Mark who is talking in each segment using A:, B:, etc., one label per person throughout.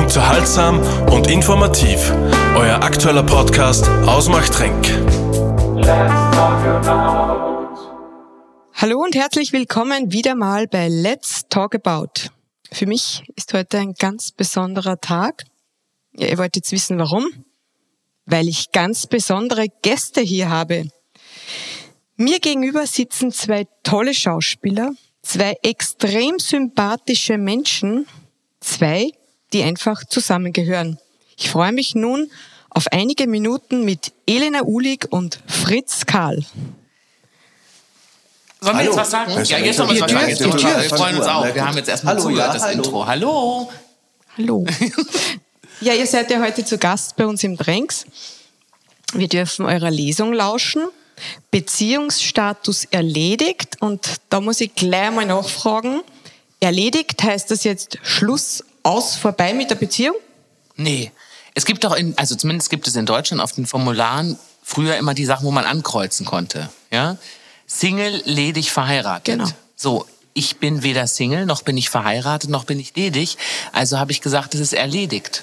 A: unterhaltsam und informativ. Euer aktueller Podcast Ausmachtrenk.
B: Hallo und herzlich willkommen wieder mal bei Let's Talk About. Für mich ist heute ein ganz besonderer Tag. Ja, ihr wollt jetzt wissen, warum? Weil ich ganz besondere Gäste hier habe. Mir gegenüber sitzen zwei tolle Schauspieler, zwei extrem sympathische Menschen, zwei, die einfach zusammengehören. Ich freue mich nun auf einige Minuten mit Elena Uhlig und Fritz Karl.
C: Sollen wir jetzt was sagen?
D: Weißt du,
C: Ja, jetzt
D: wir
C: sollen wir was
B: dürfen,
C: sagen.
B: wir
C: Jetzt dürfen
B: dürfen.
C: wir. Wir freuen uns auch. Wir haben jetzt erstmal
D: Hallo,
C: zugehört,
D: ja,
C: das
D: hallo.
C: Intro. Hallo.
B: Hallo. ja, ihr seid ja heute zu Gast bei uns im Drängs. Wir dürfen eurer Lesung lauschen. Beziehungsstatus erledigt. Und da muss ich gleich mal nachfragen. Erledigt heißt das jetzt Schluss aus, vorbei mit der Beziehung?
C: Nee. Es gibt doch in, also zumindest gibt es in Deutschland auf den Formularen früher immer die Sachen, wo man ankreuzen konnte. Ja? Single, ledig, verheiratet.
B: Genau.
C: So. Ich bin weder Single, noch bin ich verheiratet, noch bin ich ledig. Also habe ich gesagt, es ist erledigt.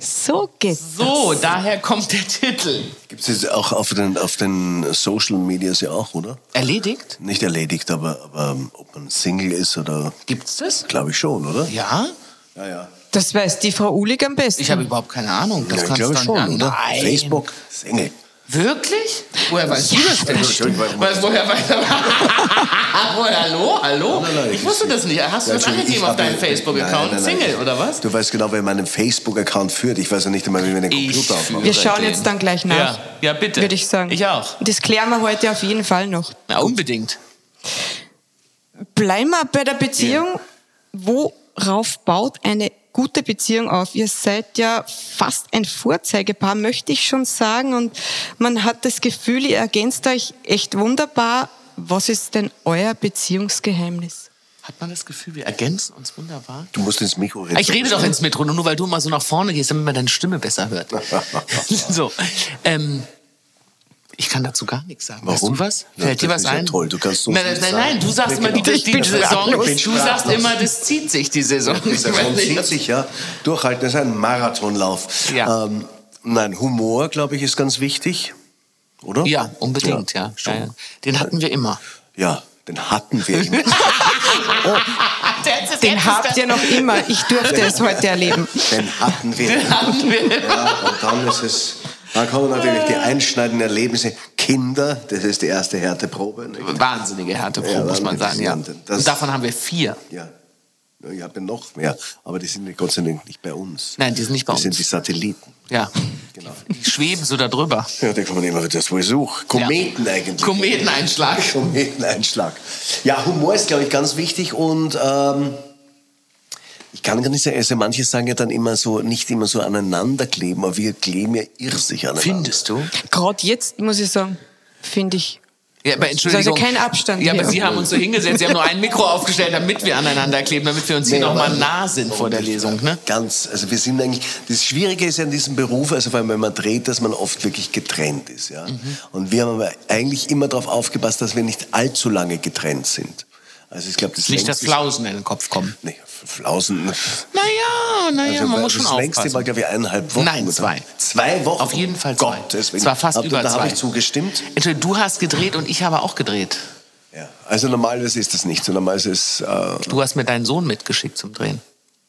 B: So geht's.
C: So, daher kommt der Titel.
D: Gibt es auch auf den, auf den Social Medias ja auch, oder?
C: Erledigt?
D: Nicht erledigt, aber, aber ähm, ob man Single ist oder,
C: Gibt's das?
D: glaube ich schon, oder?
C: Ja?
D: Ja, ja.
B: Das weiß die Frau Uhlig am besten.
C: Ich habe überhaupt keine Ahnung. Das
D: ja ich
C: kannst du
D: glaube
C: doch
D: schon,
C: nicht-
D: oder?
C: Nein.
D: Facebook, Single.
C: Wirklich? Woher weißt du das denn?
D: stimmt.
C: Weil, woher weißt du Woher, hallo, hallo?
D: Nein, nein,
C: ich wusste das nicht. Hast du das
D: Entschuldigung,
C: angegeben
D: ich
C: auf deinem
D: habe- Nein, nein,
C: Facebook-Account?
D: nein.
C: Single, oder was?
D: Du weißt genau, wer meinen Facebook-Account führt. Ich weiß ja nicht einmal, wie man den Computer aufmacht.
B: Wir schauen jetzt dann gleich nach.
C: Ja, ja, bitte.
B: Würde ich sagen.
C: Ich auch.
B: Das klären wir heute auf jeden Fall noch.
C: Na, unbedingt.
B: Bleiben wir bei der Beziehung. Worauf baut eine gute Beziehung auf? Ihr seid ja fast ein Vorzeigepaar, möchte ich schon sagen. Und man hat das Gefühl, ihr ergänzt euch echt wunderbar. Was ist denn euer Beziehungsgeheimnis?
C: Hat man das Gefühl, wir ergänzen uns wunderbar?
D: Du musst ins Mikro reden.
C: Ich rede doch ins Metro, nur weil du mal so nach vorne gehst, damit man deine Stimme besser hört. so, ähm, ich kann dazu gar nichts sagen. Weißt
D: Warum?
C: du was?
D: Ja,
C: Fällt dir
D: das
C: was
D: ist ja
C: ein?
D: toll, du kannst so
C: nein,
D: viel
C: nein, nein,
D: sagen.
C: nein, du sagst immer, die, die,
B: Ich bin
C: Saison,
B: sprachlos.
C: du sagst immer, das zieht sich, die Saison.
D: Die Saison zieht sich, ja. Durchhalten das ist ein Marathonlauf.
C: Ja.
D: Ähm, nein, Humor, glaube ich, ist ganz wichtig, oder?
C: Ja, unbedingt, ja. ja,
D: schon.
C: ja. Den hatten wir immer.
D: Ja, den hatten wir immer.
B: Den habt ihr noch immer. Ich durfte es heute erleben.
D: den hatten wir immer.
C: Hatten wir.
D: Ja, und dann ist es, dann kommen natürlich die einschneidenden Erlebnisse. Kinder, das ist die erste Härteprobe. Nicht?
C: Wahnsinnige Härteprobe,
D: Ja,
C: muss man
D: das
C: sagen,
D: ist
C: ja.
D: ja- das-
C: Und davon haben wir vier.
D: Ja. Ja, Ich habe noch mehr, aber die sind Gott sei Dank nicht bei uns.
C: Nein, die sind nicht bei
D: Das sind
C: uns.
D: die Genau. Satelliten.
C: Ja. Die schweben so da drüber.
D: Ja, die kommen immer wieder wo ich suche. Kometen eigentlich.
C: Kometeneinschlag.
D: Kometeneinschlag. Ja, Humor ist, glaube ich, ganz wichtig und ähm, ich kann gar nicht sagen, also manche sagen ja dann immer so, nicht immer so aneinander kleben, aber wir kleben ja irrsig aneinander.
C: Findest du?
B: Gerade jetzt, muss ich sagen, finde ich.
C: Ja, aber
B: also
C: Entschuldigung.
B: kein Abstand
C: Ja, aber
B: hier.
C: Sie haben uns so hingesetzt, Sie haben nur ein Mikro aufgestellt, damit wir aneinander kleben, damit wir uns hier
D: Nee,
C: nochmal
D: aber-
C: nah sind vor der Lesung, ne?
D: Ganz, also wir sind eigentlich, das Schwierige ist ja in diesem Beruf, also vor allem wenn man dreht, dass man oft wirklich getrennt ist. Ja?
C: Mhm.
D: Und wir haben aber eigentlich immer darauf aufgepasst, dass wir nicht allzu lange getrennt sind. Also ich glaube, das
C: Nicht, dass
D: längste-
C: Flausen in den Kopf kommen.
D: Nee, Flausen.
C: Naja, naja,
D: Also
C: man muss
D: das
C: schon
D: längste war,
C: aufpassen.
D: glaube ich, eineinhalb Wochen.
C: Nein,
D: oder?
C: zwei.
D: Zwei Wochen?
C: Auf jeden Fall zwei.
D: Gott, deswegen.
C: Es war fast
D: Hab-
C: über
D: Da habe
C: zwei.
D: ich zugestimmt.
C: Entschuldigung, du hast gedreht und ich habe auch gedreht.
D: Ja. Also normalerweise ist das nicht so. Normalerweise ist, äh,
C: Du hast mir deinen Sohn mitgeschickt zum Drehen.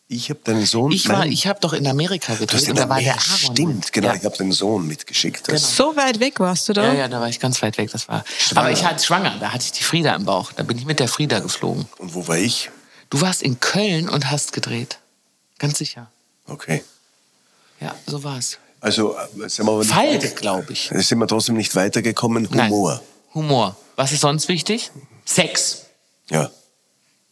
D: ich habe deinen Sohn...
C: Ich war,
D: Nein,
C: ich habe doch in Amerika
D: du hast
C: gedreht
D: den
C: und da war der Aaron.
D: Stimmt,
C: mit.
D: genau.
C: Ja. Genau.
D: Ich habe den Sohn mitgeschickt. Das
B: So weit weg warst du da?
C: Ja, ja, da war ich ganz weit weg. Das war. Aber ich hatte schwanger, da hatte ich die Frieda im Bauch. Da bin ich mit der Frieda geflogen.
D: Und wo war ich?
C: Du warst in Köln und hast gedreht. Ganz sicher.
D: Okay.
C: Ja, so war's.
D: Also äh, sind wir aber nicht
C: Falk,
D: weiter-
C: glaube ich.
D: Sind wir trotzdem nicht weitergekommen?
C: Nein.
D: Humor.
C: Humor. Was ist sonst wichtig? Sex.
D: Ja.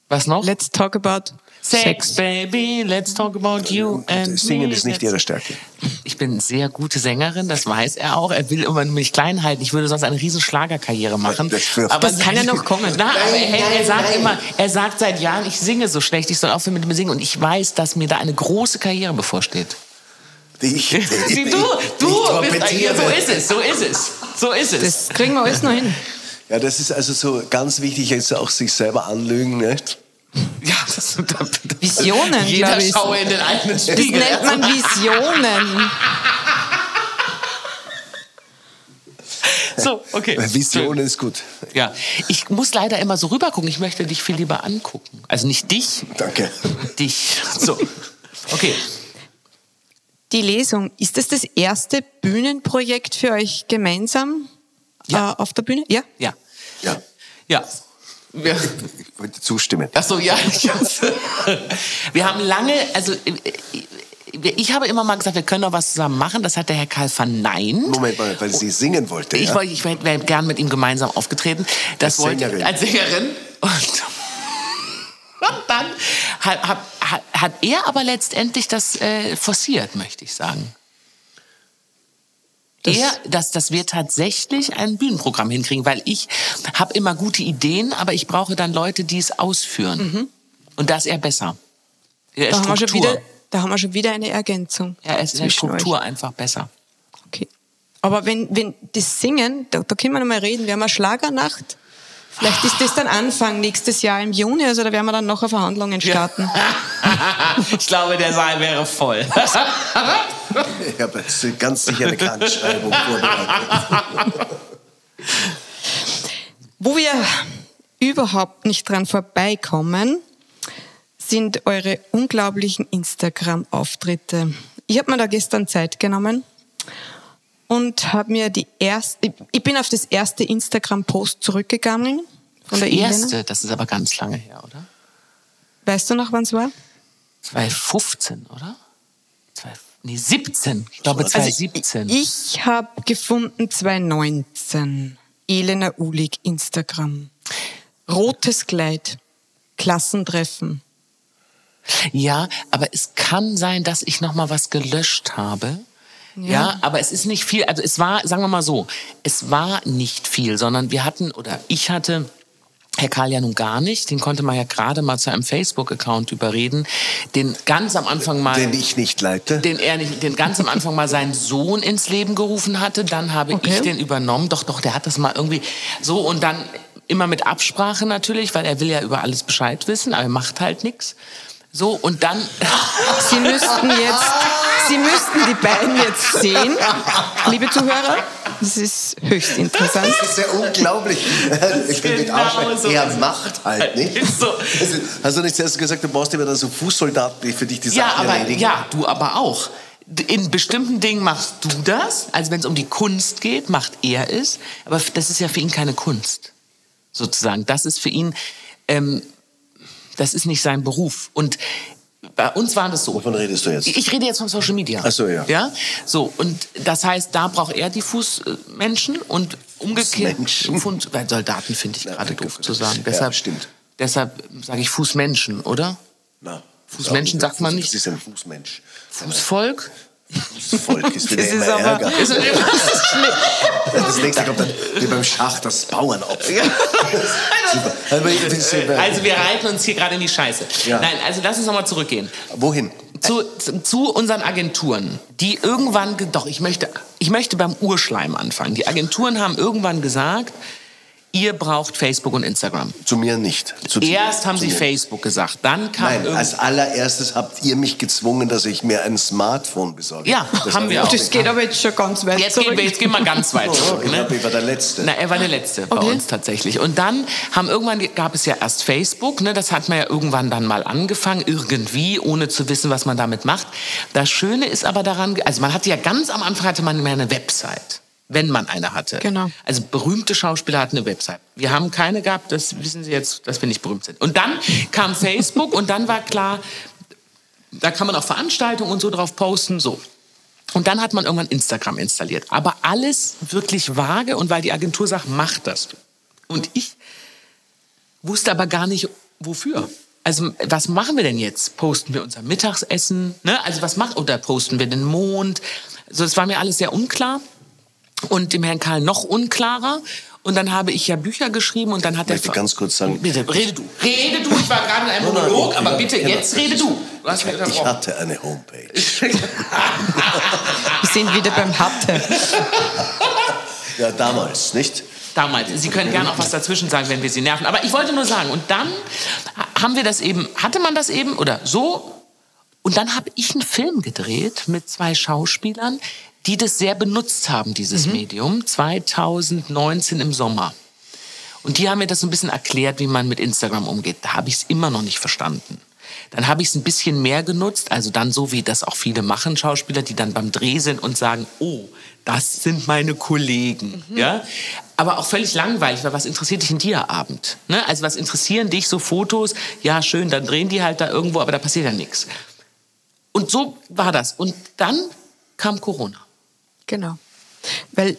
C: Was noch?
B: Let's talk about
C: Sex,
B: Sex.
C: baby, let's talk about you and
D: Äh, Singen
C: me.
D: ist nicht ihre Stärke.
C: Ich bin sehr gute Sängerin, das weiß er auch. Er will immer mich klein halten. Ich würde sonst eine riesen Schlagerkarriere machen.
D: Das wird-
B: Das kann ja noch kommen.
C: Na, aber er, er sagt immer, er sagt seit Jahren, ich singe so schlecht, ich soll aufhören mit dem Singen. Und ich weiß, dass mir da eine große Karriere bevorsteht.
D: Ich, du,
C: Sieh, du, du bist ein, ja, so ist es, so ist es, so ist es.
B: Das kriegen wir alles noch hin.
D: Ja, das ist also so ganz wichtig, jetzt auch sich selber anlügen, nicht?
C: ja, Das sind-
B: Visionen,
C: Jeder
B: glaub ich.
C: schaue in den eigenen
B: Das
C: Spiegel.
B: nennt man Visionen.
C: So, okay.
D: Vision ist gut.
C: Ja, ich muss leider immer so rübergucken. Ich möchte dich viel lieber angucken. Also nicht dich,
D: Danke.
C: dich. So, okay.
B: Die Lesung, ist das das erste Bühnenprojekt für euch gemeinsam
C: Ja.
B: äh, auf der Bühne? Ja.
C: Ja,
D: Ja,
C: ja. Wir,
D: ich wollte zustimmen.
C: ach so, ja. Ich wir haben lange, also äh, ich habe immer mal gesagt, wir können doch was zusammen machen. Das hat der Herr Karl verneint.
D: Moment mal, weil sie singen wollte.
C: Ich,
D: ja?
C: wollte, ich wäre wär gern mit ihm gemeinsam aufgetreten. Das
D: Als
C: wollte,
D: Sängerin.
C: Als Sängerin. Und, und dann hat, hat, hat- hat er aber letztendlich das äh, forciert, möchte ich sagen. er, dass, dass wir tatsächlich ein Bühnenprogramm hinkriegen, weil ich habe immer gute Ideen, aber ich brauche dann Leute, die es ausführen. Und da ist er besser. Er ist
B: Mhm. Da haben, wir schon wieder,
C: Struktur.
B: da haben wir schon wieder eine Ergänzung.
C: Er ist in der
B: zwischen euch.
C: Struktur einfach besser.
B: Okay. Aber wenn, wenn das Singen, da, da können wir nochmal reden, wir haben eine Schlagernacht. Vielleicht ist das dann Anfang nächstes Jahr im Juni, also da werden wir dann nachher Verhandlungen starten.
C: ich glaube, der Saal wäre voll.
D: Ich habe jetzt ganz sicher eine Krankenschreibung vorbereitet.
B: Wo wir überhaupt nicht dran vorbeikommen, sind eure unglaublichen Instagram-Auftritte. Ich habe mir da gestern Zeit genommen und habe mir die erste, ich bin auf das erste Instagram-Post zurückgegangen von der
C: Der
B: Elena.
C: erste, das ist aber ganz lange her, oder?
B: Weißt du noch, wann es war?
C: 2015, oder? Zwei- Nee, 17. Ich glaube,
D: Also,
C: 2017.
B: Ich habe gefunden 2019. Elena Uhlig, Instagram. Rotes Kleid, Klassentreffen.
C: ja, aber es kann sein, dass ich noch mal was gelöscht habe. Ja. aber es ist nicht viel. Also es war, sagen wir mal so, es war nicht viel, sondern wir hatten oder ich hatte Herr Karl ja nun gar nicht. Den konnte man ja gerade mal zu einem Facebook-Account überreden, den ganz am Anfang mal.
D: Den ich nicht leite.
C: den er nicht, den ganz am Anfang mal seinen Sohn ins Leben gerufen hatte. Dann habe
B: Okay.
C: ich den übernommen. Doch, doch, der hat das mal irgendwie so und dann immer mit Absprache natürlich, weil er will ja über alles Bescheid wissen, aber er macht halt nichts. So und dann.
B: Sie müssten jetzt, Sie müssten die beiden jetzt sehen, liebe Zuhörer. Das ist höchst interessant.
D: Das ist ja unglaublich. Ich bin mit
C: genau
D: Arschlein.
C: so.
D: Er macht halt nicht.
C: Ist so.
D: Also, Hast du nicht zuerst gesagt, du brauchst immer dann so Fußsoldaten, die für dich die Sachen
C: Ja, aber
D: erledigen?
C: ja, du aber auch. In bestimmten Dingen machst du das. Also wenn es um die Kunst geht, macht er es. Aber das ist ja für ihn keine Kunst, sozusagen. Das ist für ihn, ähm, das ist nicht sein Beruf. Und bei uns war das so.
D: Wovon redest du jetzt?
C: Ich rede jetzt von Social Media.
D: Ach so, ja.
C: Ja, so und das heißt, da braucht er die Fußmenschen und umgekehrt
D: Fußmenschen.
C: Fun- weil Soldaten finde ich
D: Ja,
C: gerade
D: finde ich
C: doof
D: gut.
C: zu sagen.
D: Ja,
C: Deshalb
D: stimmt.
C: Deshalb sage ich Fußmenschen, oder?
D: Na,
C: Fußmenschen sagt man nicht.
D: Das ist ein Fußmensch.
C: Fußvolk?
D: Das Volk ist wieder
B: Das
D: immer
B: ist aber-
D: Ärger.
C: Ist es
D: Das nächste kommt dann wie beim Schach das Bauernopfer. Super. Aber ich find's super.
C: Also wir reiten uns hier gerade in die Scheiße.
D: Ja.
C: Nein, also lass uns nochmal zurückgehen.
D: Wohin?
C: Zu, zu- zu unseren Agenturen, die irgendwann, ge- doch ich möchte, ich möchte beim Urschleim anfangen. Die Agenturen haben irgendwann gesagt, ihr braucht Facebook und Instagram.
D: Zu mir nicht. Zu
C: Erst
D: zu
C: haben sie
D: mir.
C: Facebook gesagt, dann kam
D: Nein, also
C: irgend-
D: als allererstes habt ihr mich gezwungen, dass ich mir ein Smartphone besorge.
C: Ja,
D: Das
C: haben
D: hab
C: wir
D: ich
C: auch.
B: Das geht aber jetzt schon ganz weit
C: jetzt, gehen
B: zurück.
C: wir, jetzt gehen wir ganz weit
D: Oh,
C: zurück.
D: ich
C: Ne?
D: glaub, ich war der Letzte.
C: Na, er war der Letzte bei
B: Okay.
C: uns tatsächlich. Und dann haben irgendwann die- gab es ja erst Facebook, ne? Das hat man ja irgendwann dann mal angefangen, irgendwie, ohne zu wissen, was man damit macht. Das Schöne ist aber daran, also man hatte ja ganz am Anfang hatte man immer eine Website, wenn man eine hatte.
B: Genau.
C: Also berühmte Schauspieler hatten eine Website. Wir haben keine gehabt, das wissen Sie jetzt, dass wir nicht berühmt sind. Und dann kam Facebook und dann war klar, da kann man auch Veranstaltungen und so drauf posten, so. Und dann hat man irgendwann Instagram installiert. Aber alles wirklich vage und weil die Agentur sagt, mach das. Und ich wusste aber gar nicht, wofür. Also, was machen wir denn jetzt? Posten wir unser Mittagsessen? Ne? Also, was machen, oder posten wir den Mond? Also, es war mir alles sehr unklar und dem Herrn Karl noch unklarer. Und dann habe ich ja Bücher geschrieben und dann hat
D: Ich
C: er.
D: möchte ganz kurz sagen, Genau,
C: Bitte, rede du. Rede du, ich war gerade in einem Monolog, aber bitte, jetzt rede du. Du hast mich
D: Ich
C: unterbrochen.
D: hatte eine Homepage.
B: Wir sind wieder beim Hatte.
D: Ja, damals, nicht?
C: Damals. Sie können gerne auch was dazwischen sagen, wenn wir Sie nerven. Aber ich wollte nur sagen, und dann haben wir das eben, hatte man das eben oder so? Und dann habe ich einen Film gedreht mit zwei Schauspielern, die das sehr benutzt haben, dieses Medium, 2019 im Sommer. Und die haben mir das so ein bisschen erklärt, wie man mit Instagram umgeht. Da habe ich es immer noch nicht verstanden. Dann habe ich es ein bisschen mehr genutzt, also dann so, wie das auch viele machen, Schauspieler, die dann beim Dreh sind und sagen, oh, das sind meine Kollegen.
B: Mhm.
C: Ja? Aber auch völlig langweilig, weil was interessiert dich ein Dia-Abend? Ne? Also was interessieren dich so Fotos? Ja, schön, dann drehen die halt da irgendwo, aber da passiert ja nichts. Und so war das. Und dann kam Corona.
B: Genau. Weil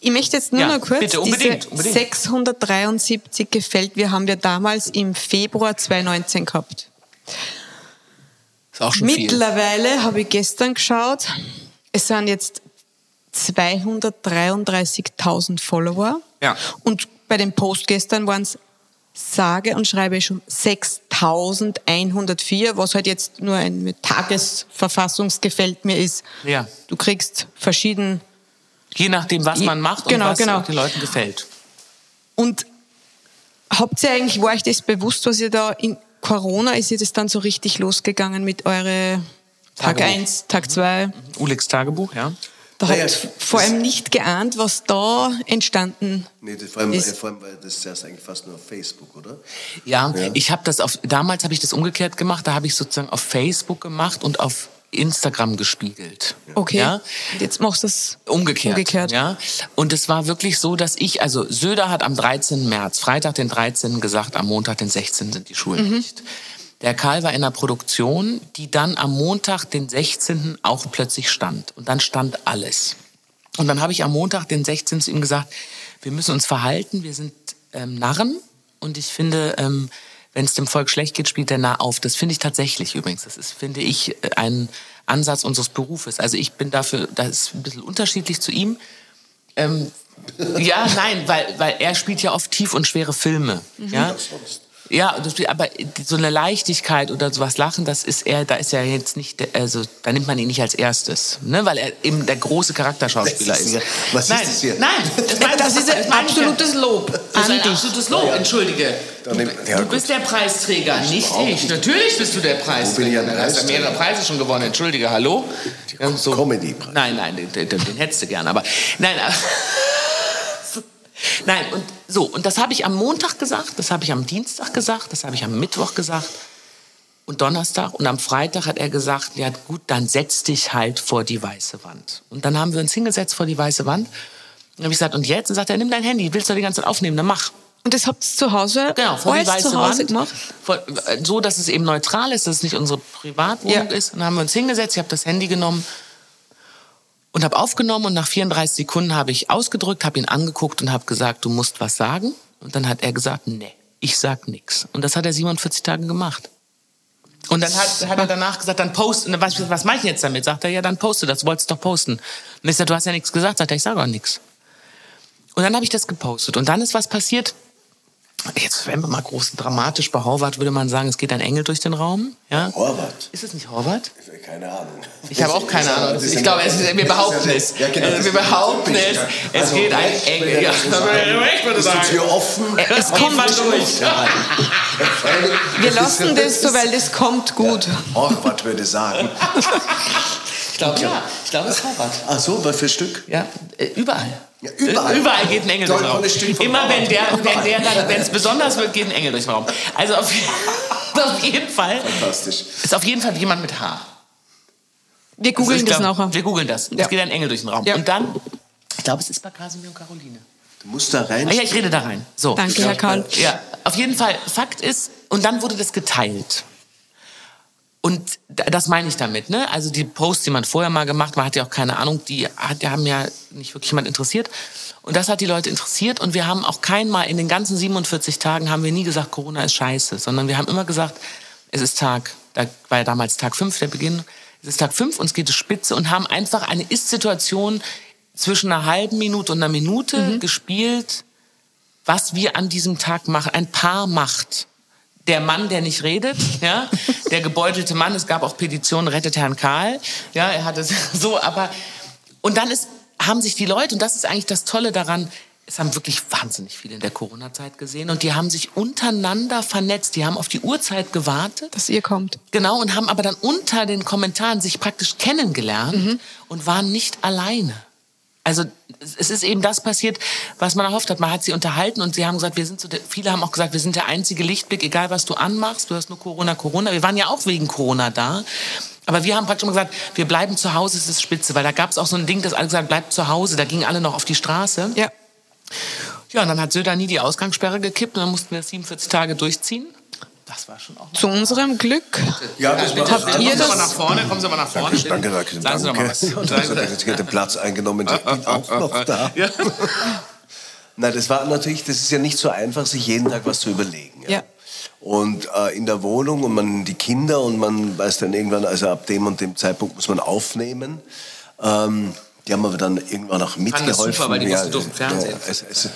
B: ich möchte jetzt nur
C: Ja,
B: noch kurz
C: bitte, unbedingt,
B: diese
C: unbedingt.
B: 673 gefällt, wir haben wir damals im Februar 2019 gehabt.
C: Ist auch schon viel.
B: Mittlerweile habe ich gestern geschaut, es sind jetzt 233.000 Follower.
C: Ja.
B: Und bei dem Post gestern waren es sage und schreibe schon 6.104, was halt jetzt nur ein Tagesverfassungsgefällt mir ist.
C: Ja.
B: Du kriegst verschieden
C: Je nachdem, was man macht und
B: Genau,
C: was
B: genau.
C: auch den Leuten gefällt.
B: Und habt ihr eigentlich, war euch das bewusst, was ihr da in Corona, ist ihr das dann so richtig losgegangen mit eure Tag
C: Tagebuch. Mhm.
B: 1, Tag 2?
C: Ulex Tagebuch, ja.
B: Da
D: Naja,
B: habt vor allem nicht geahnt, was da entstanden
D: Nee, das, vor, allem,
B: Ist-
D: vor allem, weil das ist eigentlich fast nur auf Facebook, oder?
C: Ja,
D: Ja.
C: ich habe das auf, damals habe ich das umgekehrt gemacht, da habe ich sozusagen auf Facebook gemacht und auf Instagram gespiegelt.
B: Okay.
C: Ja?
B: Und Jetzt machst du es
C: Umgekehrt.
B: Umgekehrt.
C: Ja? Und es war wirklich so, dass ich, also Söder hat am 13. März, Freitag den 13. gesagt, am Montag den 16. sind die Schulen nicht. Der Karl war in einer Produktion, die dann am Montag den 16. auch plötzlich stand. Und dann stand alles. Und dann habe ich am Montag den 16. zu ihm gesagt, wir müssen uns verhalten, wir sind ähm, Narren und ich finde, ähm, wenn es dem Volk schlecht geht, spielt der Narr auf. Das finde ich tatsächlich übrigens. Das ist, finde ich, äh, ein Ansatz unseres Berufes. Also ich bin dafür, das ist ein bisschen unterschiedlich zu ihm. Ähm, ja, nein, weil, weil er spielt ja oft tief und schwere Filme. Ja, ja das, aber so eine Leichtigkeit oder sowas lachen, das ist er, da ist ja jetzt nicht, der- also da nimmt man ihn nicht als erstes, ne? weil er eben der große Charakterschauspieler
D: Das ist
C: ist.
D: ja- was ist
C: nein,
D: das hier?
C: Nein, meine-
B: Das ist ein
C: das meine ich ja.
B: absolutes Lob
C: Das ist
B: an
C: ein
B: dich.
C: absolutes Lob, entschuldige. Du,
D: Dann nehm- ja,
C: du
D: gut.
C: bist der Preisträger, nicht ich. Natürlich bist du der
D: bin ich
C: Preisträger.
D: ein
C: Du hast ja
D: Preisträger?
C: mehrere Preise schon gewonnen, entschuldige, hallo? Ja, so.
D: Comedy-Preis.
C: Nein, nein, den, den, den hättest du gern, aber nein. aber- Nein, und so, und das habe ich am Montag gesagt, das habe ich am Dienstag gesagt, das habe ich am Mittwoch gesagt und Donnerstag und am Freitag hat er gesagt, ja gut, dann setz dich halt vor die weiße Wand. Und dann haben wir uns hingesetzt vor die weiße Wand. Und habe ich gesagt, und jetzt? Und sagt er, nimm dein Handy, willst du die ganze Zeit aufnehmen, dann mach.
B: und das habt ihr zu Hause,
C: Genau, vor die
B: alles
C: weiße
B: zu Hause
C: Wand.
B: gemacht.
C: Vor, äh, so, dass es eben neutral ist, dass es nicht unsere Privatwohnung
B: Ja.
C: ist. Und dann haben wir uns hingesetzt, ich habe das Handy genommen und habe aufgenommen und nach 34 Sekunden habe ich ausgedrückt, habe ihn angeguckt und habe gesagt, du musst was sagen. Und dann hat er gesagt, nee, ich sag nix. Und das hat er 47 Tage gemacht. Und dann hat, hat er danach gesagt, dann post, und dann weiß ich, was mache ich jetzt damit? Sagt er, ja, dann poste das, du wolltest doch posten. Und ich sag, du hast ja nichts gesagt, sagt er, ich sage auch nichts. Und dann habe ich das gepostet und dann ist was passiert, jetzt wenn wir mal groß dramatisch bei Horvath, würde man sagen, es geht ein Engel durch den Raum. Ja?
D: Horvath?
C: Ist es nicht Horvath?
D: Keine Ahnung.
C: Ich habe auch keine Ahnung. Ich glaube, es ist, wir behaupten es.
D: Ja, genau,
C: Äh,
D: das
C: Wir
D: ist-
C: behaupten es. Es
D: Also,
C: geht ein
D: recht
C: Engel.
D: würde
C: Ja,
D: das so sagen.
C: recht würde
D: Ist die
C: sagen.
D: Tür offen?
C: Es kommt mal durch.
B: Wir lassen das so, weil das kommt gut.
D: Horvath würde sagen.
C: Ich glaube, ja. Ich glaube, es ist Horvath.
D: Ach so, was für Stück?
C: Ja, äh, überall.
D: Ja, überall.
C: Äh, überall geht ein Engel durch den
D: Toll,
C: Raum.
D: tolles Stück von
C: Immer wenn
D: Horvath.
C: der, wenn der
D: Überall.
C: dann, wenn es besonders wird, geht ein Engel durch den Raum. Also auf, auf jeden Fall
D: Fantastisch.
C: ist auf jeden Fall jemand mit Haar.
B: Wir googeln
C: ist,
B: das,
C: glaub-
B: nachher.
C: Wir googeln das.
B: Ja.
C: Es geht ein Engel durch den Raum.
B: Ja.
C: Und dann, ich glaube, es ist bei Casimir und Caroline.
D: Du musst da rein.
C: Ah ja, ich rede da rein. So.
B: Danke, Herr Karl.
C: Ja, auf jeden Fall. Fakt ist, und dann wurde das geteilt. Und da- das meine ich damit, ne? Also die Posts, die man vorher mal gemacht, man hat ja auch keine Ahnung, die, hat, die haben ja nicht wirklich jemand interessiert. Und das hat die Leute interessiert. Und wir haben auch kein Mal in den ganzen 47 Tagen haben wir nie gesagt, Corona ist scheiße, sondern wir haben immer gesagt, es ist Tag, da war ja damals Tag 5 der Beginn, es ist Tag 5, uns geht es spitze und haben einfach eine Ist-Situation zwischen einer halben Minute und einer Minute
B: Mhm.
C: gespielt, was wir an diesem Tag machen. Ein Paar macht. Der Mann, der nicht redet, ja, der gebeutelte Mann. Es gab auch Petitionen, rettet Herrn Karl. Ja, er hatte es so, aber und dann ist, haben sich die Leute und das ist eigentlich das Tolle daran. es haben wirklich wahnsinnig viele in der Corona-Zeit gesehen und die haben sich untereinander vernetzt. Die haben auf die Uhrzeit gewartet.
B: dass ihr kommt.
C: Genau, und haben aber dann unter den Kommentaren sich praktisch kennengelernt
B: Mhm.
C: und waren nicht alleine. Also es ist eben das passiert, was man erhofft hat. Man hat sie unterhalten und sie haben gesagt, wir sind so, der- viele haben auch gesagt, wir sind der einzige Lichtblick, egal was du anmachst, du hast nur Corona, Corona. Wir waren ja auch wegen Corona da. Aber wir haben praktisch immer gesagt, wir bleiben zu Hause, es ist spitze, weil da gab es auch so ein Ding, dass alle gesagt haben, bleibt zu Hause, da gingen alle noch auf die Straße.
B: Ja.
C: Ja, und dann hat Söder nie die Ausgangssperre gekippt und dann mussten wir das 47 Tage durchziehen. Das war schon auch
B: Zu unserem Glück.
D: Ja, das war
B: Habt ihr
C: Kommen Sie mal
B: das?
C: nach vorne, kommen Sie mal nach vorne.
D: Danke, danke,
C: Sagen Sie doch mal
D: danke.
C: was.
D: Und das hat jetzt hier den Platz eingenommen. Ich bin auch noch da.
C: Ja.
D: Nein, das war natürlich, das ist ja nicht so einfach, sich jeden Tag was zu überlegen.
B: Ja.
D: Und äh, in der Wohnung und man die Kinder und man weiß dann irgendwann, also ab dem und dem Zeitpunkt muss man aufnehmen. Ähm, die haben aber dann irgendwann auch mitgeholfen.
C: super, weil die mussten durch den Fernseher.
D: Ja, es, es,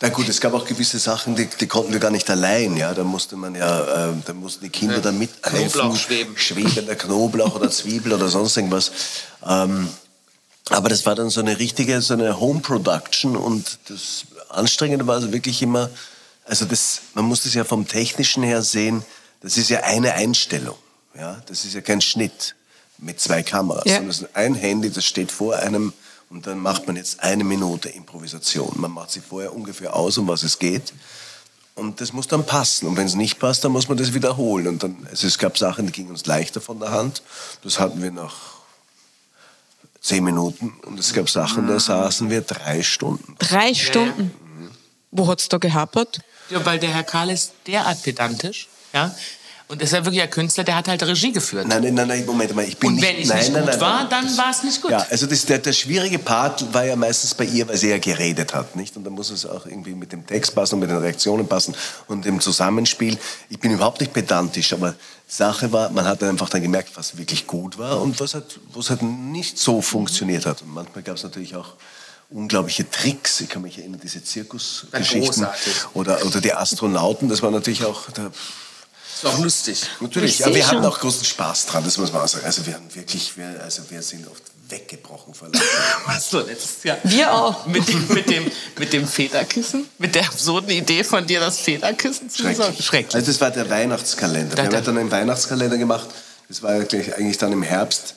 D: na gut, es gab auch gewisse Sachen, die, die konnten wir gar nicht allein. Ja, da musste man ja, äh, da mussten die Kinder dann mithelfen.
C: Knoblauch schweben.
D: Schwebender Knoblauch oder Zwiebel oder sonst irgendwas. Ähm, aber das war dann so eine richtige, so eine Home-Production und das Anstrengende war also wirklich immer, also das, man muss das ja vom Technischen her sehen, das ist ja eine Einstellung, ja, das ist ja kein Schnitt mit zwei Kameras,
B: Ja.
D: sondern es ist ein Handy, das steht vor einem und dann macht man jetzt eine Minute Improvisation. Man macht sich vorher ungefähr aus, um was es geht und das muss dann passen. Und wenn es nicht passt, dann muss man das wiederholen. Und dann, also es gab Sachen, die gingen uns leichter von der Hand. Das hatten wir nach zehn Minuten. Und es gab Sachen, da saßen wir drei Stunden.
B: Drei Stunden. Wo hat's da gehapert?
C: Ja, weil der Herr Karl ist derart pedantisch, ja. Und ist ja wirklich ein Künstler, der hat halt Regie geführt.
D: Nein, nein, nein, nein, Moment mal, ich bin
C: Und
D: nicht...
C: wenn es
D: nein,
C: nicht
D: nein,
C: gut
D: nein,
C: war,
D: nein,
C: dann
D: das-
C: war es nicht gut.
D: Ja, also das, der, der schwierige Part war ja meistens bei ihr, weil sie ja geredet hat, nicht? Und da muss es auch irgendwie mit dem Text passen und mit den Reaktionen passen und dem Zusammenspiel. Ich bin überhaupt nicht pedantisch, aber Sache war, man hat dann einfach dann gemerkt, was wirklich gut war und was halt, was halt nicht
C: Mhm.
D: so funktioniert hat. Und manchmal gab es natürlich auch unglaubliche Tricks. Ich kann mich erinnern, diese Zirkusgeschichten
C: großartig.
D: oder, oder die Astronauten, das war natürlich auch, da,
C: Ist doch lustig.
D: Natürlich,
B: Ich
D: ja,
B: seh
D: wir hatten
B: schon.
D: auch großen Spaß dran, das muss man auch sagen. Also wir haben wirklich, wir, also wir sind oft weggebrochen vor Lachen.
C: Was so letztes Jahr.
B: Wir auch.
C: Mit dem, mit dem, mit dem Federkissen? Mit der absurden Idee von dir, das Federkissen zu besorgen? Schrecklich.
D: Also das war der Weihnachtskalender.
C: Da-
D: wir
C: da-
D: haben dann einen Weihnachtskalender gemacht. Das war eigentlich, eigentlich dann im Herbst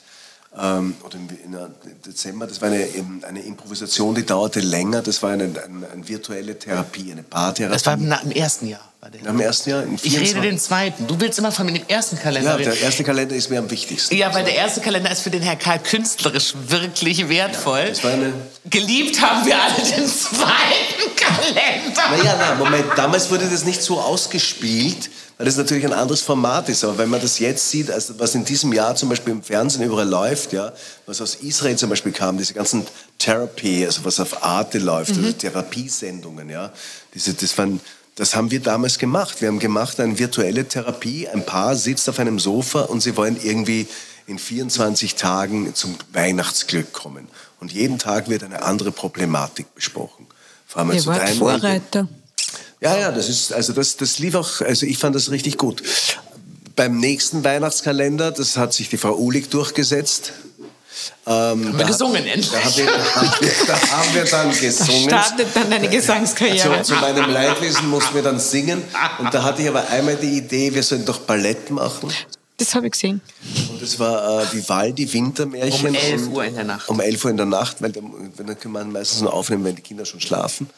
D: ähm, oder im, in der Dezember. Das war eine, eben eine Improvisation, die dauerte länger. Das war eine, eine, eine virtuelle Therapie, eine Paartherapie.
C: Das war im, na- im ersten Jahr. War der.
D: am ersten Jahr. In
C: Ich rede
D: 24
C: den zweiten. Du willst immer von dem ersten Kalender
D: Ja,
C: reden.
D: der erste Kalender ist mir am wichtigsten.
C: Ja, weil der erste Kalender ist für den Herr Karl künstlerisch wirklich wertvoll.
D: Das war eine
C: Geliebt haben wir alle den zweiten Kalender.
D: Naja, na, Moment, damals wurde das nicht so ausgespielt, weil das natürlich ein anderes Format ist. Aber wenn man das jetzt sieht, also was in diesem Jahr zum Beispiel im Fernsehen überall läuft, ja, was aus Israel zum Beispiel kam, diese ganzen Therapy, also was auf Arte läuft,
B: Mhm.
D: also Therapiesendungen, ja, diese, das waren, das haben wir damals gemacht. Wir haben gemacht eine virtuelle Therapie. Ein Paar sitzt auf einem Sofa und sie wollen irgendwie in 24 Tagen zum Weihnachtsglück kommen. Und jeden Tag wird eine andere Problematik besprochen. Fahren wir
B: Ihr
D: zu
B: wart
D: deinem-
B: Vorreiter.
D: ja, ja, das ist, also das, das lief auch, also ich fand das richtig gut. Beim nächsten Weihnachtskalender, das hat sich die Frau Uhlig durchgesetzt. Ähm,
C: Wir gesungen endlich.
D: da, haben wir, da, haben wir, da haben wir dann gesungen.
B: Startet dann deine
D: Also
B: Gesangskarriere.
D: Zu, zu meinem Leidwesen mussten wir dann singen. Und da hatte ich aber einmal die Idee, wir sollen doch Ballett machen.
B: Das habe ich gesehen.
D: Und das war äh, Vivaldi Wintermärchen.
C: Um 11
D: Und-
C: Uhr in der Nacht.
D: Um 11 Uhr in der Nacht, weil dann, wenn- dann kann man meistens nur aufnehmen, wenn die Kinder schon schlafen.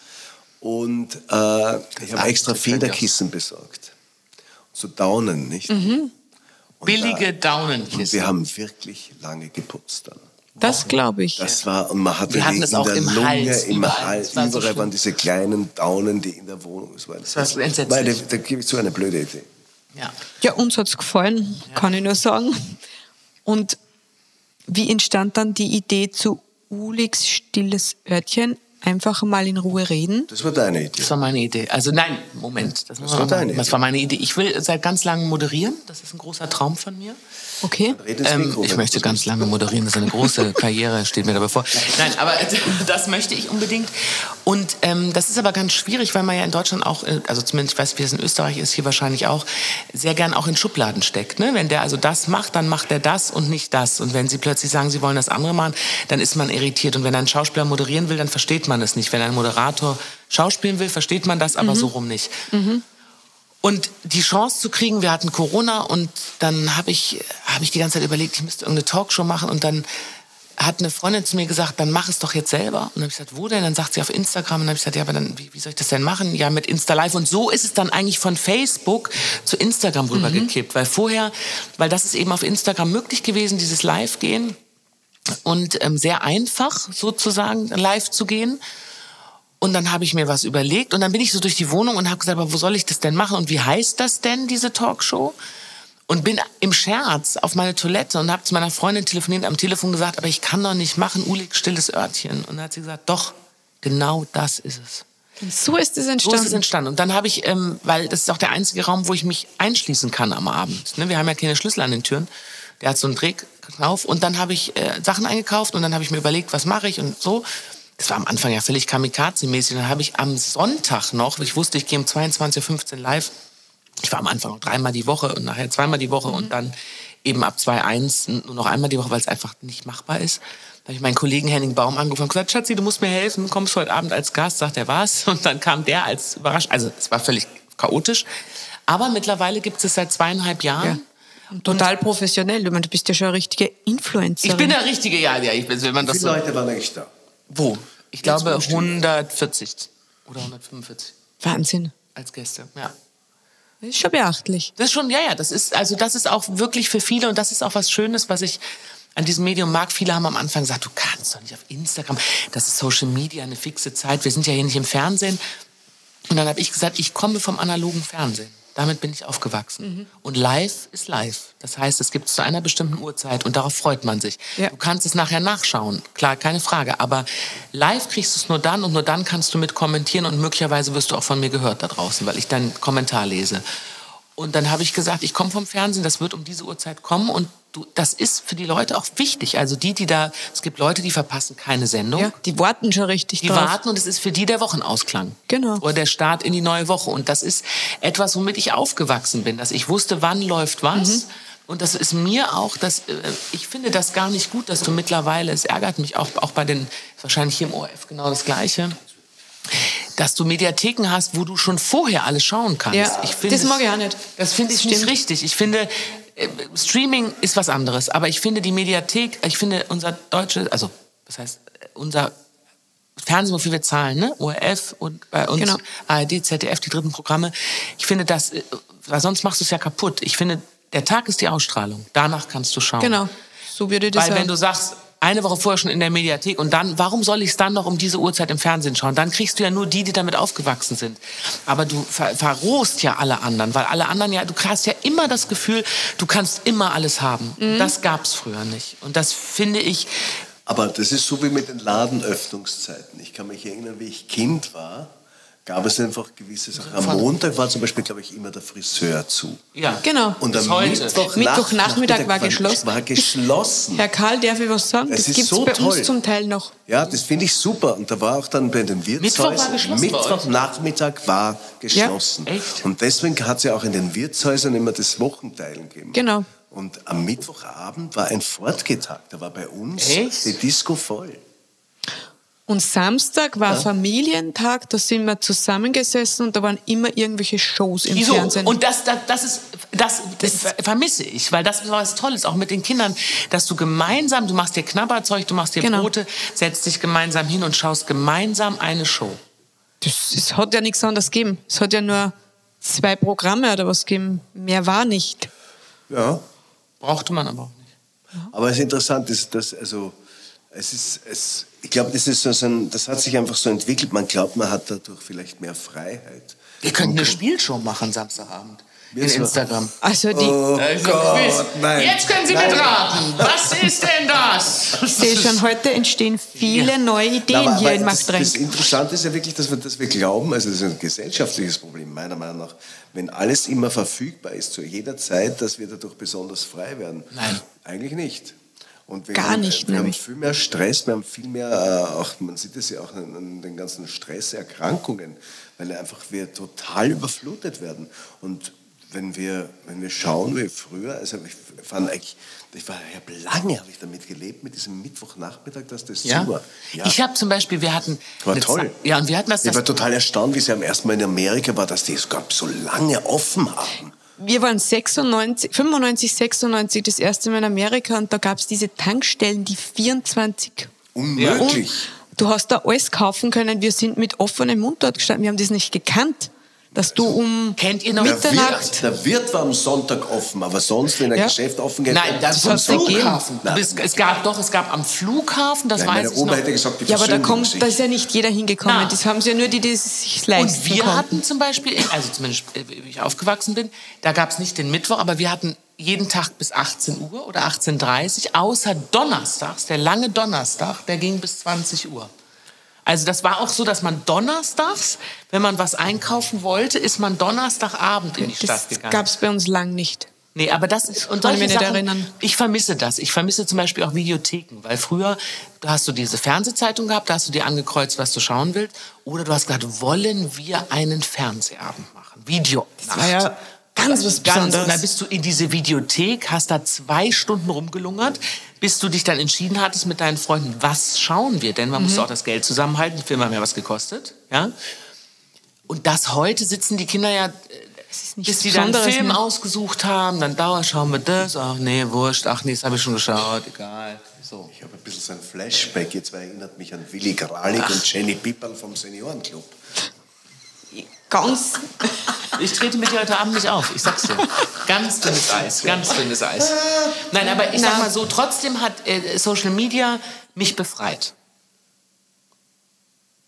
D: Und äh, ich habe extra
C: das fällt mir
D: Federkissen besorgt. So Daunen, nicht? Und
C: Mhm. Billige
D: Da,
C: Daunenkissen.
D: wir haben wirklich lange geputzt dann.
B: Das glaube ich.
D: Das war, und man hatte
C: Wir hatten
D: die
C: es
D: in
C: auch
D: der
C: im
D: Lunge,
C: Hals,
D: im
C: überall.
D: Hals,
C: Es war so
D: überall waren diese kleinen Daunen, die in der Wohnung. Das war, das
C: war so entsetzlich.
D: Meine, da gebe ich zu, eine blöde Idee.
C: Ja.
B: Ja, uns hat's gefallen, kann ich nur sagen. Und wie entstand dann die Idee zu Uligs stilles Örtchen? Einfach mal in Ruhe reden.
D: Das war deine Idee.
C: Das war meine Idee. Also nein, Moment. Das, muss man
D: war
C: noch mal-
D: deine
C: Das war meine Idee. Ich will seit ganz langem moderieren. Das ist ein großer Traum von mir.
B: Okay.
D: Red ins
C: Ähm,
D: Mikro,
C: ich
D: wenn
C: möchte
D: du's
C: ganz lange moderieren, das ist eine große Karriere, steht mir da bevor. Nein, aber äh, das möchte ich unbedingt. Und ähm, das ist aber ganz schwierig, weil man ja in Deutschland auch, äh, also zumindest ich weiß, wie es in Österreich ist, hier wahrscheinlich auch, sehr gern auch in Schubladen steckt. Ne? Wenn der also das macht, dann macht er das und nicht das. Und wenn sie plötzlich sagen, sie wollen das andere machen, dann ist man irritiert. Und wenn ein Schauspieler moderieren will, dann versteht man das nicht. Wenn ein Moderator schauspielen will, versteht man das aber so rum nicht. Und die Chance zu kriegen, wir hatten Corona und dann habe ich, hab ich die ganze Zeit überlegt, ich müsste irgendeine Talkshow machen und dann hat eine Freundin zu mir gesagt, dann mach es doch jetzt selber. Und dann habe ich gesagt, wo denn? Dann sagt sie auf Instagram. Und dann habe ich gesagt, ja, aber dann, wie, wie soll ich das denn machen? Ja, mit Insta Live. Und so ist es dann eigentlich von Facebook zu Instagram rübergekippt. Weil vorher, weil das ist eben auf Instagram möglich gewesen, dieses Live-Gehen. Und ähm, sehr einfach sozusagen live zu gehen. Und dann habe ich mir was überlegt und dann bin ich so durch die Wohnung und habe gesagt, aber wo soll ich das denn machen und wie heißt das denn, diese Talkshow? Und bin im Scherz auf meine Toilette und habe zu meiner Freundin telefoniert, am Telefon gesagt, aber ich kann doch nicht machen, Ulig, stilles Örtchen. Und dann hat sie gesagt, doch, genau das ist es.
B: So ist es
C: So ist
B: entstanden.
C: es entstanden. Und dann habe ich, ähm, weil das ist auch der einzige Raum, wo ich mich einschließen kann am Abend. Ne? Wir haben ja keine Schlüssel an den Türen. Der hat so einen Drehknauf. Und dann habe ich äh, Sachen eingekauft und dann habe ich mir überlegt, was mache ich und so. Das war am Anfang ja völlig kamikaze-mäßig. Dann habe ich am Sonntag noch, ich wusste, ich gehe um 22.15 Uhr live. Ich war am Anfang noch dreimal die Woche und nachher zweimal die Woche und dann eben ab 2.1 nur noch einmal die Woche, weil es einfach nicht machbar ist. Da habe ich meinen Kollegen Henning Baum angerufen und gesagt, Schatzi, du musst mir helfen, du kommst heute Abend als Gast, sagt er was. Und dann kam der als überrascht. Also es war völlig chaotisch. Aber mittlerweile gibt es es seit zweieinhalb Jahren.
B: Total professionell. Ich meine, du bist ja schon eine richtige Influencerin.
C: Ich bin der richtige, ja, ja, ich bin, wenn man
D: Wie
C: das
D: viele
C: so,
D: Leute waren eigentlich da?
C: wo? Ich glaube 140 oder 145
B: Wahnsinn.
C: als Gäste, ja.
B: Das ist schon beachtlich.
C: Das ist schon, ja, ja, das ist, also das ist auch wirklich für viele und das ist auch was Schönes, was ich an diesem Medium mag. Viele haben am Anfang gesagt, du kannst doch nicht auf Instagram, das ist Social Media, eine fixe Zeit, wir sind ja hier nicht im Fernsehen. Und dann habe ich gesagt, ich komme vom analogen Fernsehen. Damit bin ich aufgewachsen. Und live ist live. Das heißt, es gibt es zu einer bestimmten Uhrzeit und darauf freut man sich.
B: Ja.
C: Du kannst es nachher nachschauen, klar, keine Frage. Aber live kriegst du es nur dann und nur dann kannst du mit kommentieren und möglicherweise wirst du auch von mir gehört da draußen, weil ich deinen Kommentar lese. Und dann habe ich gesagt, ich komme vom Fernsehen, das wird um diese Uhrzeit kommen und du, das ist für die Leute auch wichtig. Also die, die da, es gibt Leute, die verpassen keine Sendung.
B: Ja, die warten schon richtig
C: Die
B: drauf.
C: warten und es ist für die der Wochenausklang.
B: Genau.
C: Oder der Start in die neue Woche. Und das ist etwas, womit ich aufgewachsen bin, dass ich wusste, wann läuft was.
B: Mhm.
C: Und das ist mir auch, dass, äh, ich finde das gar nicht gut, dass du mittlerweile, es ärgert mich auch, auch bei den, ist wahrscheinlich hier im ORF genau das Gleiche, dass du Mediatheken hast, wo du schon vorher alles schauen kannst.
B: Ja,
C: finde
B: das mag ich auch nicht.
C: Das finde ich
B: Stimmt.
C: nicht richtig. Ich finde, äh, Streaming ist was anderes. Aber ich finde die Mediathek, ich finde unser deutsche, also das heißt, äh, unser Fernsehen, wofür wir zahlen, ne? ORF und bei uns
B: Genau.
C: ARD, ZDF, die dritten Programme. Ich finde das, äh, weil sonst machst du es ja kaputt. Ich finde, der Tag ist die Ausstrahlung. Danach kannst du schauen.
B: Genau. So würde ich das
C: Weil wenn
B: sagen.
C: du sagst, eine Woche vorher schon in der Mediathek und dann, warum soll ich es dann noch um diese Uhrzeit im Fernsehen schauen? Dann kriegst du ja nur die, die damit aufgewachsen sind. Aber du ver verrohst ja alle anderen, weil alle anderen ja, du hast ja immer das Gefühl, du kannst immer alles haben. Und
B: Mhm.
C: Das gab es früher nicht. Und das finde ich,
D: Aber das ist so wie mit den Ladenöffnungszeiten. Ich kann mich erinnern, wie ich Kind war, gab es einfach gewisse Sachen. Am Montag war zum Beispiel, glaube ich, immer der Friseur zu.
C: ja.
B: Genau.
D: Und
C: Bis
D: am
C: heute.
D: Mittwoch-
B: Mittwochnachmittag war geschlossen.
D: War geschlossen.
B: Herr Karl, darf ich was sagen?
D: Das
B: Das,
D: ist
B: gibt's
D: so
B: bei
D: toll.
B: uns zum Teil noch.
D: Ja, das finde ich super. Und da war auch dann bei den
C: Mittwoch war
D: Wirtshäusern.
C: geschlossen bei euch?
D: Mittwochnachmittag war geschlossen.
C: echt?
D: Und deswegen hat es ja auch in den Wirtshäusern immer das Wochenteilen gegeben.
B: Genau.
D: Und am Mittwochabend war ein Fortgetag. Da war bei uns
C: Echt?
D: die Disco voll.
B: Und Samstag war Familientag, da sind wir zusammengesessen und da waren immer irgendwelche Shows im
C: Wieso?
B: Fernsehen.
C: Und das, das, das ist, das, ver- vermisse ich, weil das ist was Tolles, auch mit den Kindern, dass du gemeinsam, du machst dir Knabberzeug, du machst dir
B: Genau.
C: Brote, setzt dich gemeinsam hin und schaust gemeinsam eine Show.
B: das, es hat ja nichts anderes gegeben. Es hat ja nur zwei Programme oder was gegeben. Mehr war nicht.
D: Ja.
C: Brauchte man aber auch nicht.
D: Aber es ist interessant, dass, dass also es ist, es, ich glaube, das ist so so ein, das hat sich einfach so entwickelt. Man glaubt, man hat dadurch vielleicht mehr Freiheit.
C: Wir könnten eine Spielshow machen Samstagabend. in Instagram.
B: Also die
D: Oh
C: Da ist ein Quiz.
D: Gott, nein.
C: Jetzt können Sie
D: Nein.
C: mitraten. Was ist denn das?
B: ich sehe schon heute entstehen viele neue Ideen
D: Na, aber-
B: hier
D: aber
B: in
D: das,
B: Machtrenk.
D: das Interessante ist ja wirklich, dass wir, dass wir glauben, also das ist ein gesellschaftliches Problem, meiner Meinung nach, wenn alles immer verfügbar ist, zu jeder Zeit, dass wir dadurch besonders frei werden.
C: Nein.
D: Eigentlich nicht. Und wir
B: Gar
D: haben,
B: nicht,
D: Wir haben
B: nämlich.
D: viel mehr Stress, wir haben viel mehr, äh, auch, man sieht es ja auch an, an den ganzen Stresserkrankungen, weil einfach wir total überflutet werden. Und wenn wir, wenn wir schauen, wie früher, also ich fand eigentlich, ich war, ich habe lange habe ich damit gelebt, mit diesem Mittwochnachmittag, dass das
C: Ja.
D: super.
C: Ich habe zum Beispiel, wir hatten.
D: War
C: eine
D: toll.
C: Zeit- Ja, und wir hatten das.
D: ich war
C: das
D: total erstaunt, wie sie am ersten Mal in Amerika war, dass die es gab so lange offen haben.
B: Wir waren 96, 95, 96 das erste Mal in Amerika und da gab's diese Tankstellen, die 24
D: Unmöglich.
B: Und du hast da alles kaufen können. Wir sind mit offenem Mund dort gestanden. Wir haben das nicht gekannt, dass du um
C: Kennt ihr noch-
D: Der
B: Mitternacht
D: Wirt, der Wirt war am Sonntag offen, aber sonst, wenn ein
B: Ja.
D: Geschäft offen geht,
C: Nein, das
D: vom
C: hat's nicht gegeben.
D: Flughafen.
C: Aber Es, es gab doch, es gab am Flughafen, das
D: Nein,
C: weiß
D: meine
C: ich
D: Oma
C: noch.
D: hätte gesagt, die
B: Ja, aber da
D: versündigen
B: kommt,
D: sich.
B: da ist ja nicht jeder hingekommen.
C: Na.
B: Das haben sie ja nur die, die es sich leisten
C: Und wir
B: konnten.
C: hatten zum Beispiel, also zumindest äh, wie ich aufgewachsen bin, da gab es nicht den Mittwoch, aber wir hatten jeden Tag bis 18 Uhr oder 18.30 Uhr, außer Donnerstags, der lange Donnerstag, der ging bis 20 Uhr. Also das war auch so, dass man Donnerstags, wenn man was einkaufen wollte, ist man Donnerstagabend in die
B: das
C: Stadt gegangen.
B: gab's bei uns lang nicht.
C: Nee, aber das ist und
B: Kann ich
C: solche
B: mich nicht
C: Sachen,
B: erinnern.
C: ich vermisse das. Ich vermisse zum Beispiel auch Videotheken, weil früher da hast du diese Fernsehzeitung gehabt, da hast du dir angekreuzt, was du schauen willst, oder du hast gesagt, wollen wir einen Fernsehabend machen, Video. Das
B: war ja ganz was Besonderes.
C: Und dann bist du in diese Videothek, hast da zwei Stunden rumgelungert, bis du dich dann entschieden hattest mit deinen Freunden, was schauen wir denn? Man
B: Mhm.
C: musste auch das Geld zusammenhalten, die Filme haben ja was gekostet, ja. Und das heute sitzen die Kinder ja, äh,
B: nichts
C: bis die dann einen
B: Besonderes
C: Film
B: mehr.
C: ausgesucht haben, dann dauer schauen wir das, ach nee, wurscht, ach nee, das habe ich schon geschaut, egal. So.
D: Ich habe ein bisschen so ein Flashback jetzt, weil erinnert mich an Willi Kralik und Jenny Pipperl vom Seniorenclub.
B: Ganz.
C: Ich trete mit dir heute Abend nicht auf, ich sag's dir. Ganz dünnes Eis, ganz dünnes Eis. Nein, aber ich sag
B: Na.
C: mal so, trotzdem hat äh, Social Media mich befreit.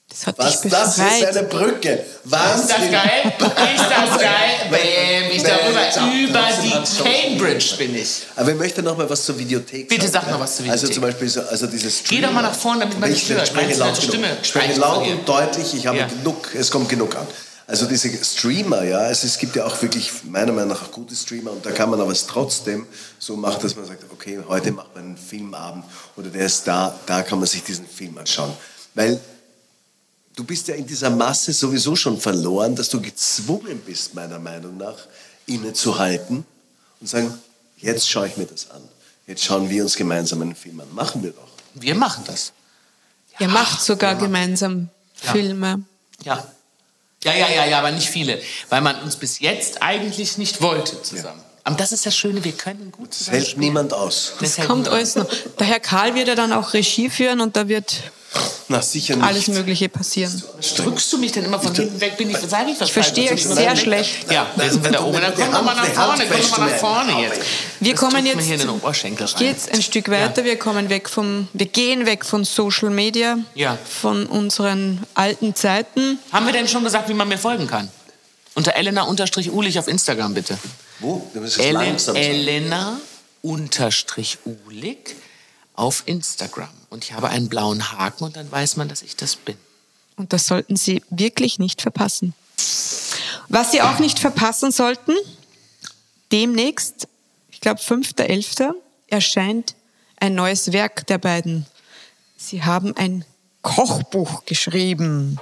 B: Das hat
D: Was,
B: dich
D: das ist
B: befreit.
D: eine Brücke. Wahnsinn.
C: Ist das geil? Ist das geil? Bäm, ich darüber,
D: Bäm.
C: über die Cambridge bin ich.
D: Aber ich möchte noch mal was zur Videothek
C: Bitte
D: sagen.
C: sag noch was zur Videothek.
D: Also zum Beispiel so, also dieses
C: Geh doch mal nach vorne, damit man
D: Ich
C: dich hört. Meinst
D: Spreche
C: du,
D: laut,
C: deine
D: genug.
C: Stimme
D: spreche
C: steigt
D: laut
C: bei dir?
D: und deutlich, ich habe
C: Ja.
D: genug, es kommt genug an. Also diese Streamer, ja, es, es gibt ja auch wirklich meiner Meinung nach gute Streamer und da kann man aber es trotzdem so machen, dass man sagt, okay, heute macht man einen Filmabend oder der ist da, da kann man sich diesen Film anschauen. Weil du bist ja in dieser Masse sowieso schon verloren, dass du gezwungen bist, meiner Meinung nach, innezuhalten und sagen, jetzt schaue ich mir das an. Jetzt schauen wir uns gemeinsam einen Film an. Machen wir doch.
C: Wir machen das.
B: Ihr macht sogar gemeinsam Filme.
C: Ja. Ja, ja, ja, ja, aber nicht viele, weil man uns bis jetzt eigentlich nicht wollte zusammen. Aber das ist das Schöne, wir können gut
D: Das
C: zusammen.
D: hält niemand aus.
B: Das
C: hält
B: kommt
C: niemand
B: alles noch. Der Herr Karl wird ja dann auch Regie führen und da wird
D: Na, sicher nicht.
B: alles Mögliche passieren.
C: Drückst du mich denn immer von hinten weg? Bin ich, sag ich was
B: Ich verstehe
C: Falsches?
B: euch sehr schlecht.
C: Ja, da sind wir da oben. Dann kommt doch mal nach vorne, kommt doch mal nach vorne jetzt.
B: Wir kommen
C: Drückt mir
B: jetzt
C: hier in den Oberschenkel rein.
B: geht's ein Stück weiter. Wir kommen weg vom, wir gehen weg von Social Media,
C: Ja.
B: von unseren alten Zeiten.
C: Haben wir denn schon gesagt, wie man mir folgen kann? Unter Elena-Ulich auf Instagram bitte.
D: Wo? Du musst jetzt
C: Ellen,
D: langsam sein.
C: Elena unterstrich Ulig auf Instagram. Und ich habe einen blauen Haken und dann weiß man, dass ich das bin.
B: Und das sollten Sie wirklich nicht verpassen. Was Sie auch nicht verpassen sollten, demnächst, ich glaube 5.11., erscheint ein neues Werk der beiden. Sie haben ein Kochbuch geschrieben.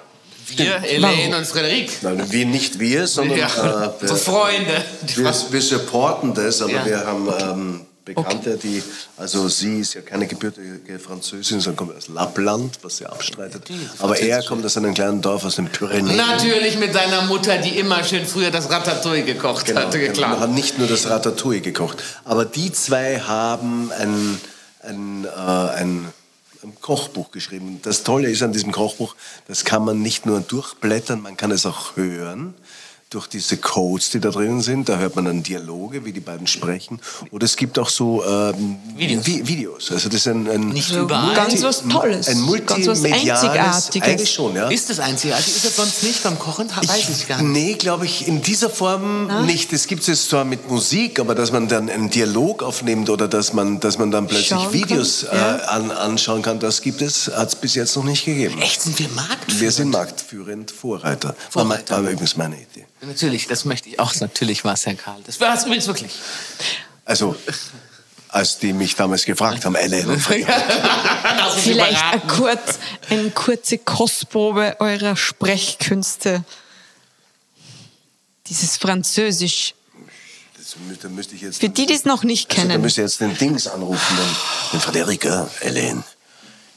C: Wir, Elaine und Frederik.
D: Nein, wir nicht wir, sondern
C: Ja,
D: äh,
C: unsere Freunde.
D: Wir, wir supporten das, aber
C: Ja.
D: wir haben ähm, Bekannte, die, also sie ist ja keine gebürtige Französin, sondern kommt aus Lappland, was sie abstreitet. Aber er kommt aus einem kleinen Dorf aus den Pyrenäen.
C: Natürlich mit seiner Mutter, die immer schön früher das Ratatouille gekocht
D: Genau,
C: hatte,
D: genau. Wir
C: klar.
D: haben nicht nur das Ratatouille gekocht. Aber die zwei haben ein, ein, äh, ein, ein Kochbuch geschrieben. Das Tolle ist an diesem Kochbuch, das kann man nicht nur durchblättern, man kann es auch hören. durch diese Codes, die da drin sind. Da hört man dann Dialoge, wie die beiden sprechen. Oder es gibt auch so ähm,
C: Videos.
D: Vi Videos. Also das ist ein, ein
C: Nicht überall.
B: Ganz was Tolles.
D: Ein
B: Ganz was
D: multimediales,
B: Einzigartiges.
D: eigentlich schon, ja.
C: Ist das einzigartig? Ist das sonst nicht beim Kochen? Ha- Weiß ich gar nicht.
D: Nee, glaube ich, in dieser Form nicht. Es gibt es zwar mit Musik, aber dass man dann einen Dialog aufnimmt oder dass man, dass man dann plötzlich
B: Schauen kann,
D: Videos
B: ja.
D: äh, an, anschauen kann, das gibt es, hat es bis jetzt noch nicht gegeben.
C: Echt, sind wir Markt?
D: Wir sind marktführend Vorreiter.
C: Vorreiter.
D: War, war übrigens meine Idee.
C: Natürlich, das möchte ich auch. Natürlich war es Herr Karl. Das war es übrigens wirklich.
D: Also, als die mich damals gefragt haben, Ellen,
C: Lass uns
B: Vielleicht
C: überraten.
B: ein kurz, eine kurze Kostprobe eurer Sprechkünste. Dieses Französisch.
D: das mü- da müsste ich jetzt...
B: Für die, die es noch nicht
D: Also, da
B: kennen.
D: müsst ihr jetzt den Dings anrufen, den, den Frederika, Ellen.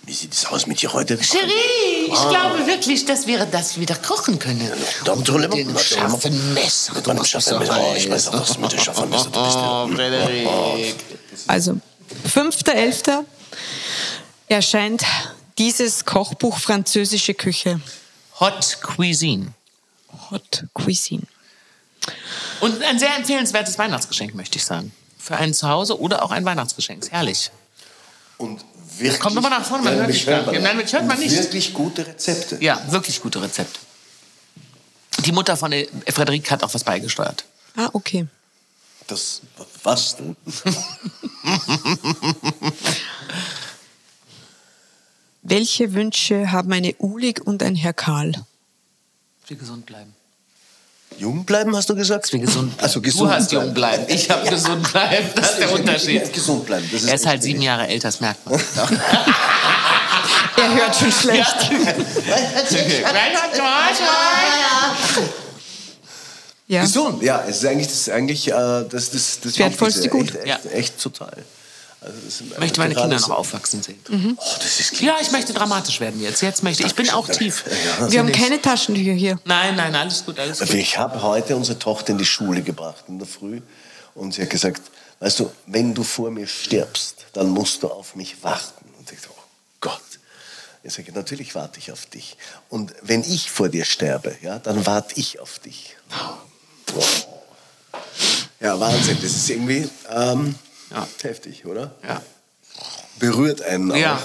D: Wie sieht es aus mit dir heute?
C: Cherie, ich glaube wirklich, dass wir das wieder kochen können.
D: Da haben wir
C: Mit dem scharfen Messer.
D: Mit dem scharfen Messer. Ich weiß auch, dass du mit dem scharfen Messer du bist.
C: Oh, Frederik.
B: Also, 5.11. erscheint dieses Kochbuch Französische Küche.
C: Hot Cuisine.
B: Hot Cuisine.
C: Und ein sehr empfehlenswertes Weihnachtsgeschenk, möchte ich sagen. Für ein Zuhause oder auch ein Weihnachtsgeschenk. Ist herrlich.
D: Und wirklich.
C: Kommt nochmal nach vorne, man
D: Nein,
C: hört
D: mich
C: dich gar nicht.
D: nicht.
C: Nein, mich hört man
D: Und
C: nicht.
D: Wirklich gute Rezepte.
C: Ja, wirklich gute Rezepte. Die Mutter von der Frederik hat auch was beigesteuert.
B: Ah, okay.
D: Das, was denn?
B: Welche Wünsche haben eine Ulig und ein Herr Karl?
C: Wir gesund bleiben.
D: Jung bleiben, hast du gesagt?
C: Dass wir gesund bleiben.
D: Also gesund
C: du hast
D: bleiben.
C: jung bleiben. Ich habe gesund bleiben. Das ist der Unterschied.
D: Gesund bleiben. Das ist
C: Er ist halt
D: wichtig.
C: sieben Jahre älter, das merkt man.
B: Er hört schon schlecht.
C: Reinhard George!
B: Ja.
D: Gesund, ja, es ist eigentlich das, ist eigentlich, äh, das, das, das
B: Wertvollste
D: Wichtigste.
B: Gut.
D: Echt,
C: Ja.
D: echt, echt total. Also das sind-
C: Ich möchte meine
D: gerade
C: Kinder
D: so-
C: noch aufwachsen sehen.
D: Oh, das ist
C: Ja, ich möchte dramatisch werden jetzt. Jetzt möchte ich. Ich bin auch tief.
B: Wir haben keine Taschentücher hier.
C: Nein, nein, alles gut, alles
D: Also
C: gut.
D: ich habe heute unsere Tochter in die Schule gebracht in der Früh und sie hat gesagt, weißt du, wenn du vor mir stirbst, dann musst du auf mich warten. Und ich dachte, oh Gott. Ich sage, natürlich warte ich auf dich. Und wenn ich vor dir sterbe, ja, dann warte ich auf dich. Ja, Wahnsinn. Das ist irgendwie ähm,
C: Ja.
D: heftig, oder?
C: Ja.
D: Berührt einen auch.
C: Ja.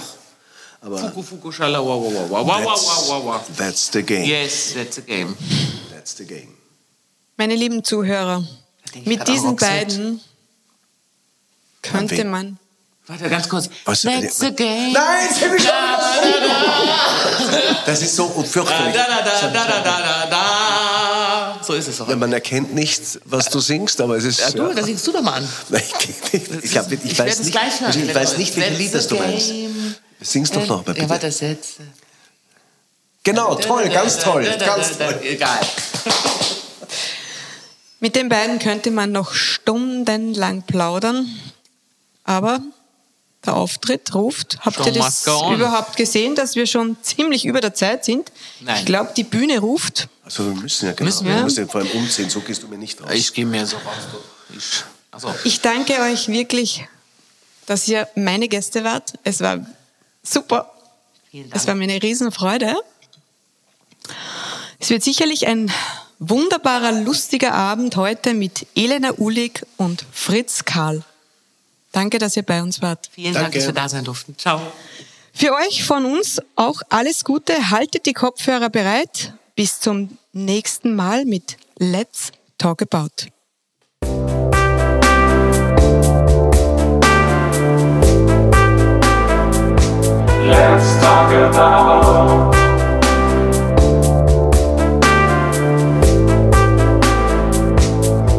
D: Aber
C: Fuku, fuku, schala, wa, wa, wa, wa, wa, wa, wa,
D: that's,
C: wa, wa.
D: that's the game.
C: Yes, that's a game.
D: That's the game.
B: Meine lieben Zuhörer,
C: denke ich
B: mit
C: gerade auch
B: diesen
C: gesagt.
B: beiden könnte
D: Wen?
B: man.
C: Warte, ganz kurz.
D: Was-
C: that's a game.
D: Nein, ich bin schon Das ist so
C: Da,
D: fürchterlich.
C: da, da, da, da, da, da, da, da. So ist es auch.
D: Ja, man erkennt nicht, was du singst, aber es ist.
C: Ja, du,
D: ja.
C: da singst du doch mal an.
D: Ich kenn nicht. Ich, hab, ich,
C: Ich werd
D: weiß
C: es
D: nicht,
C: gleich hören.
D: ich weiß nicht, welches
C: That's
D: Lied das
C: a
D: du meinst.
C: game.
D: Sing's doch noch
C: Ja,
D: mal, bitte.
C: warte, setz. Äh,
D: Genau, toll, ganz toll,
C: Da, da, da,
D: ganz
C: da, da,
D: toll.
C: Egal.
B: Mit den beiden könnte man noch stundenlang plaudern, aber der Auftritt ruft. Habt ihr
C: Show
B: das
C: must go on.
B: überhaupt gesehen, dass wir schon ziemlich über der Zeit sind?
C: Nein.
B: Ich glaube, die Bühne ruft.
D: Also wir müssen ja genau.
C: Müssen
B: wir?
D: wir müssen ja vor allem umziehen, so gehst du mir nicht raus.
C: Ich gehe mir so raus. du. Ich, achso.
B: Ich danke euch wirklich, dass ihr meine Gäste wart. Es war super.
C: Vielen Dank.
B: Es war mir eine Riesenfreude. Es wird sicherlich ein wunderbarer, lustiger Abend heute mit Elena Ulig und Fritz Karl. Danke, dass ihr bei uns wart.
C: Vielen Dank,
D: Danke.
C: dass wir da sein durften. Ciao.
B: Für euch von uns auch alles Gute. Haltet die Kopfhörer bereit. Bis zum nächsten Mal mit Let's Talk About.
E: Let's talk about.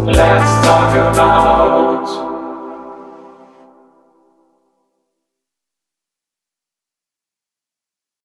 E: Let's talk about.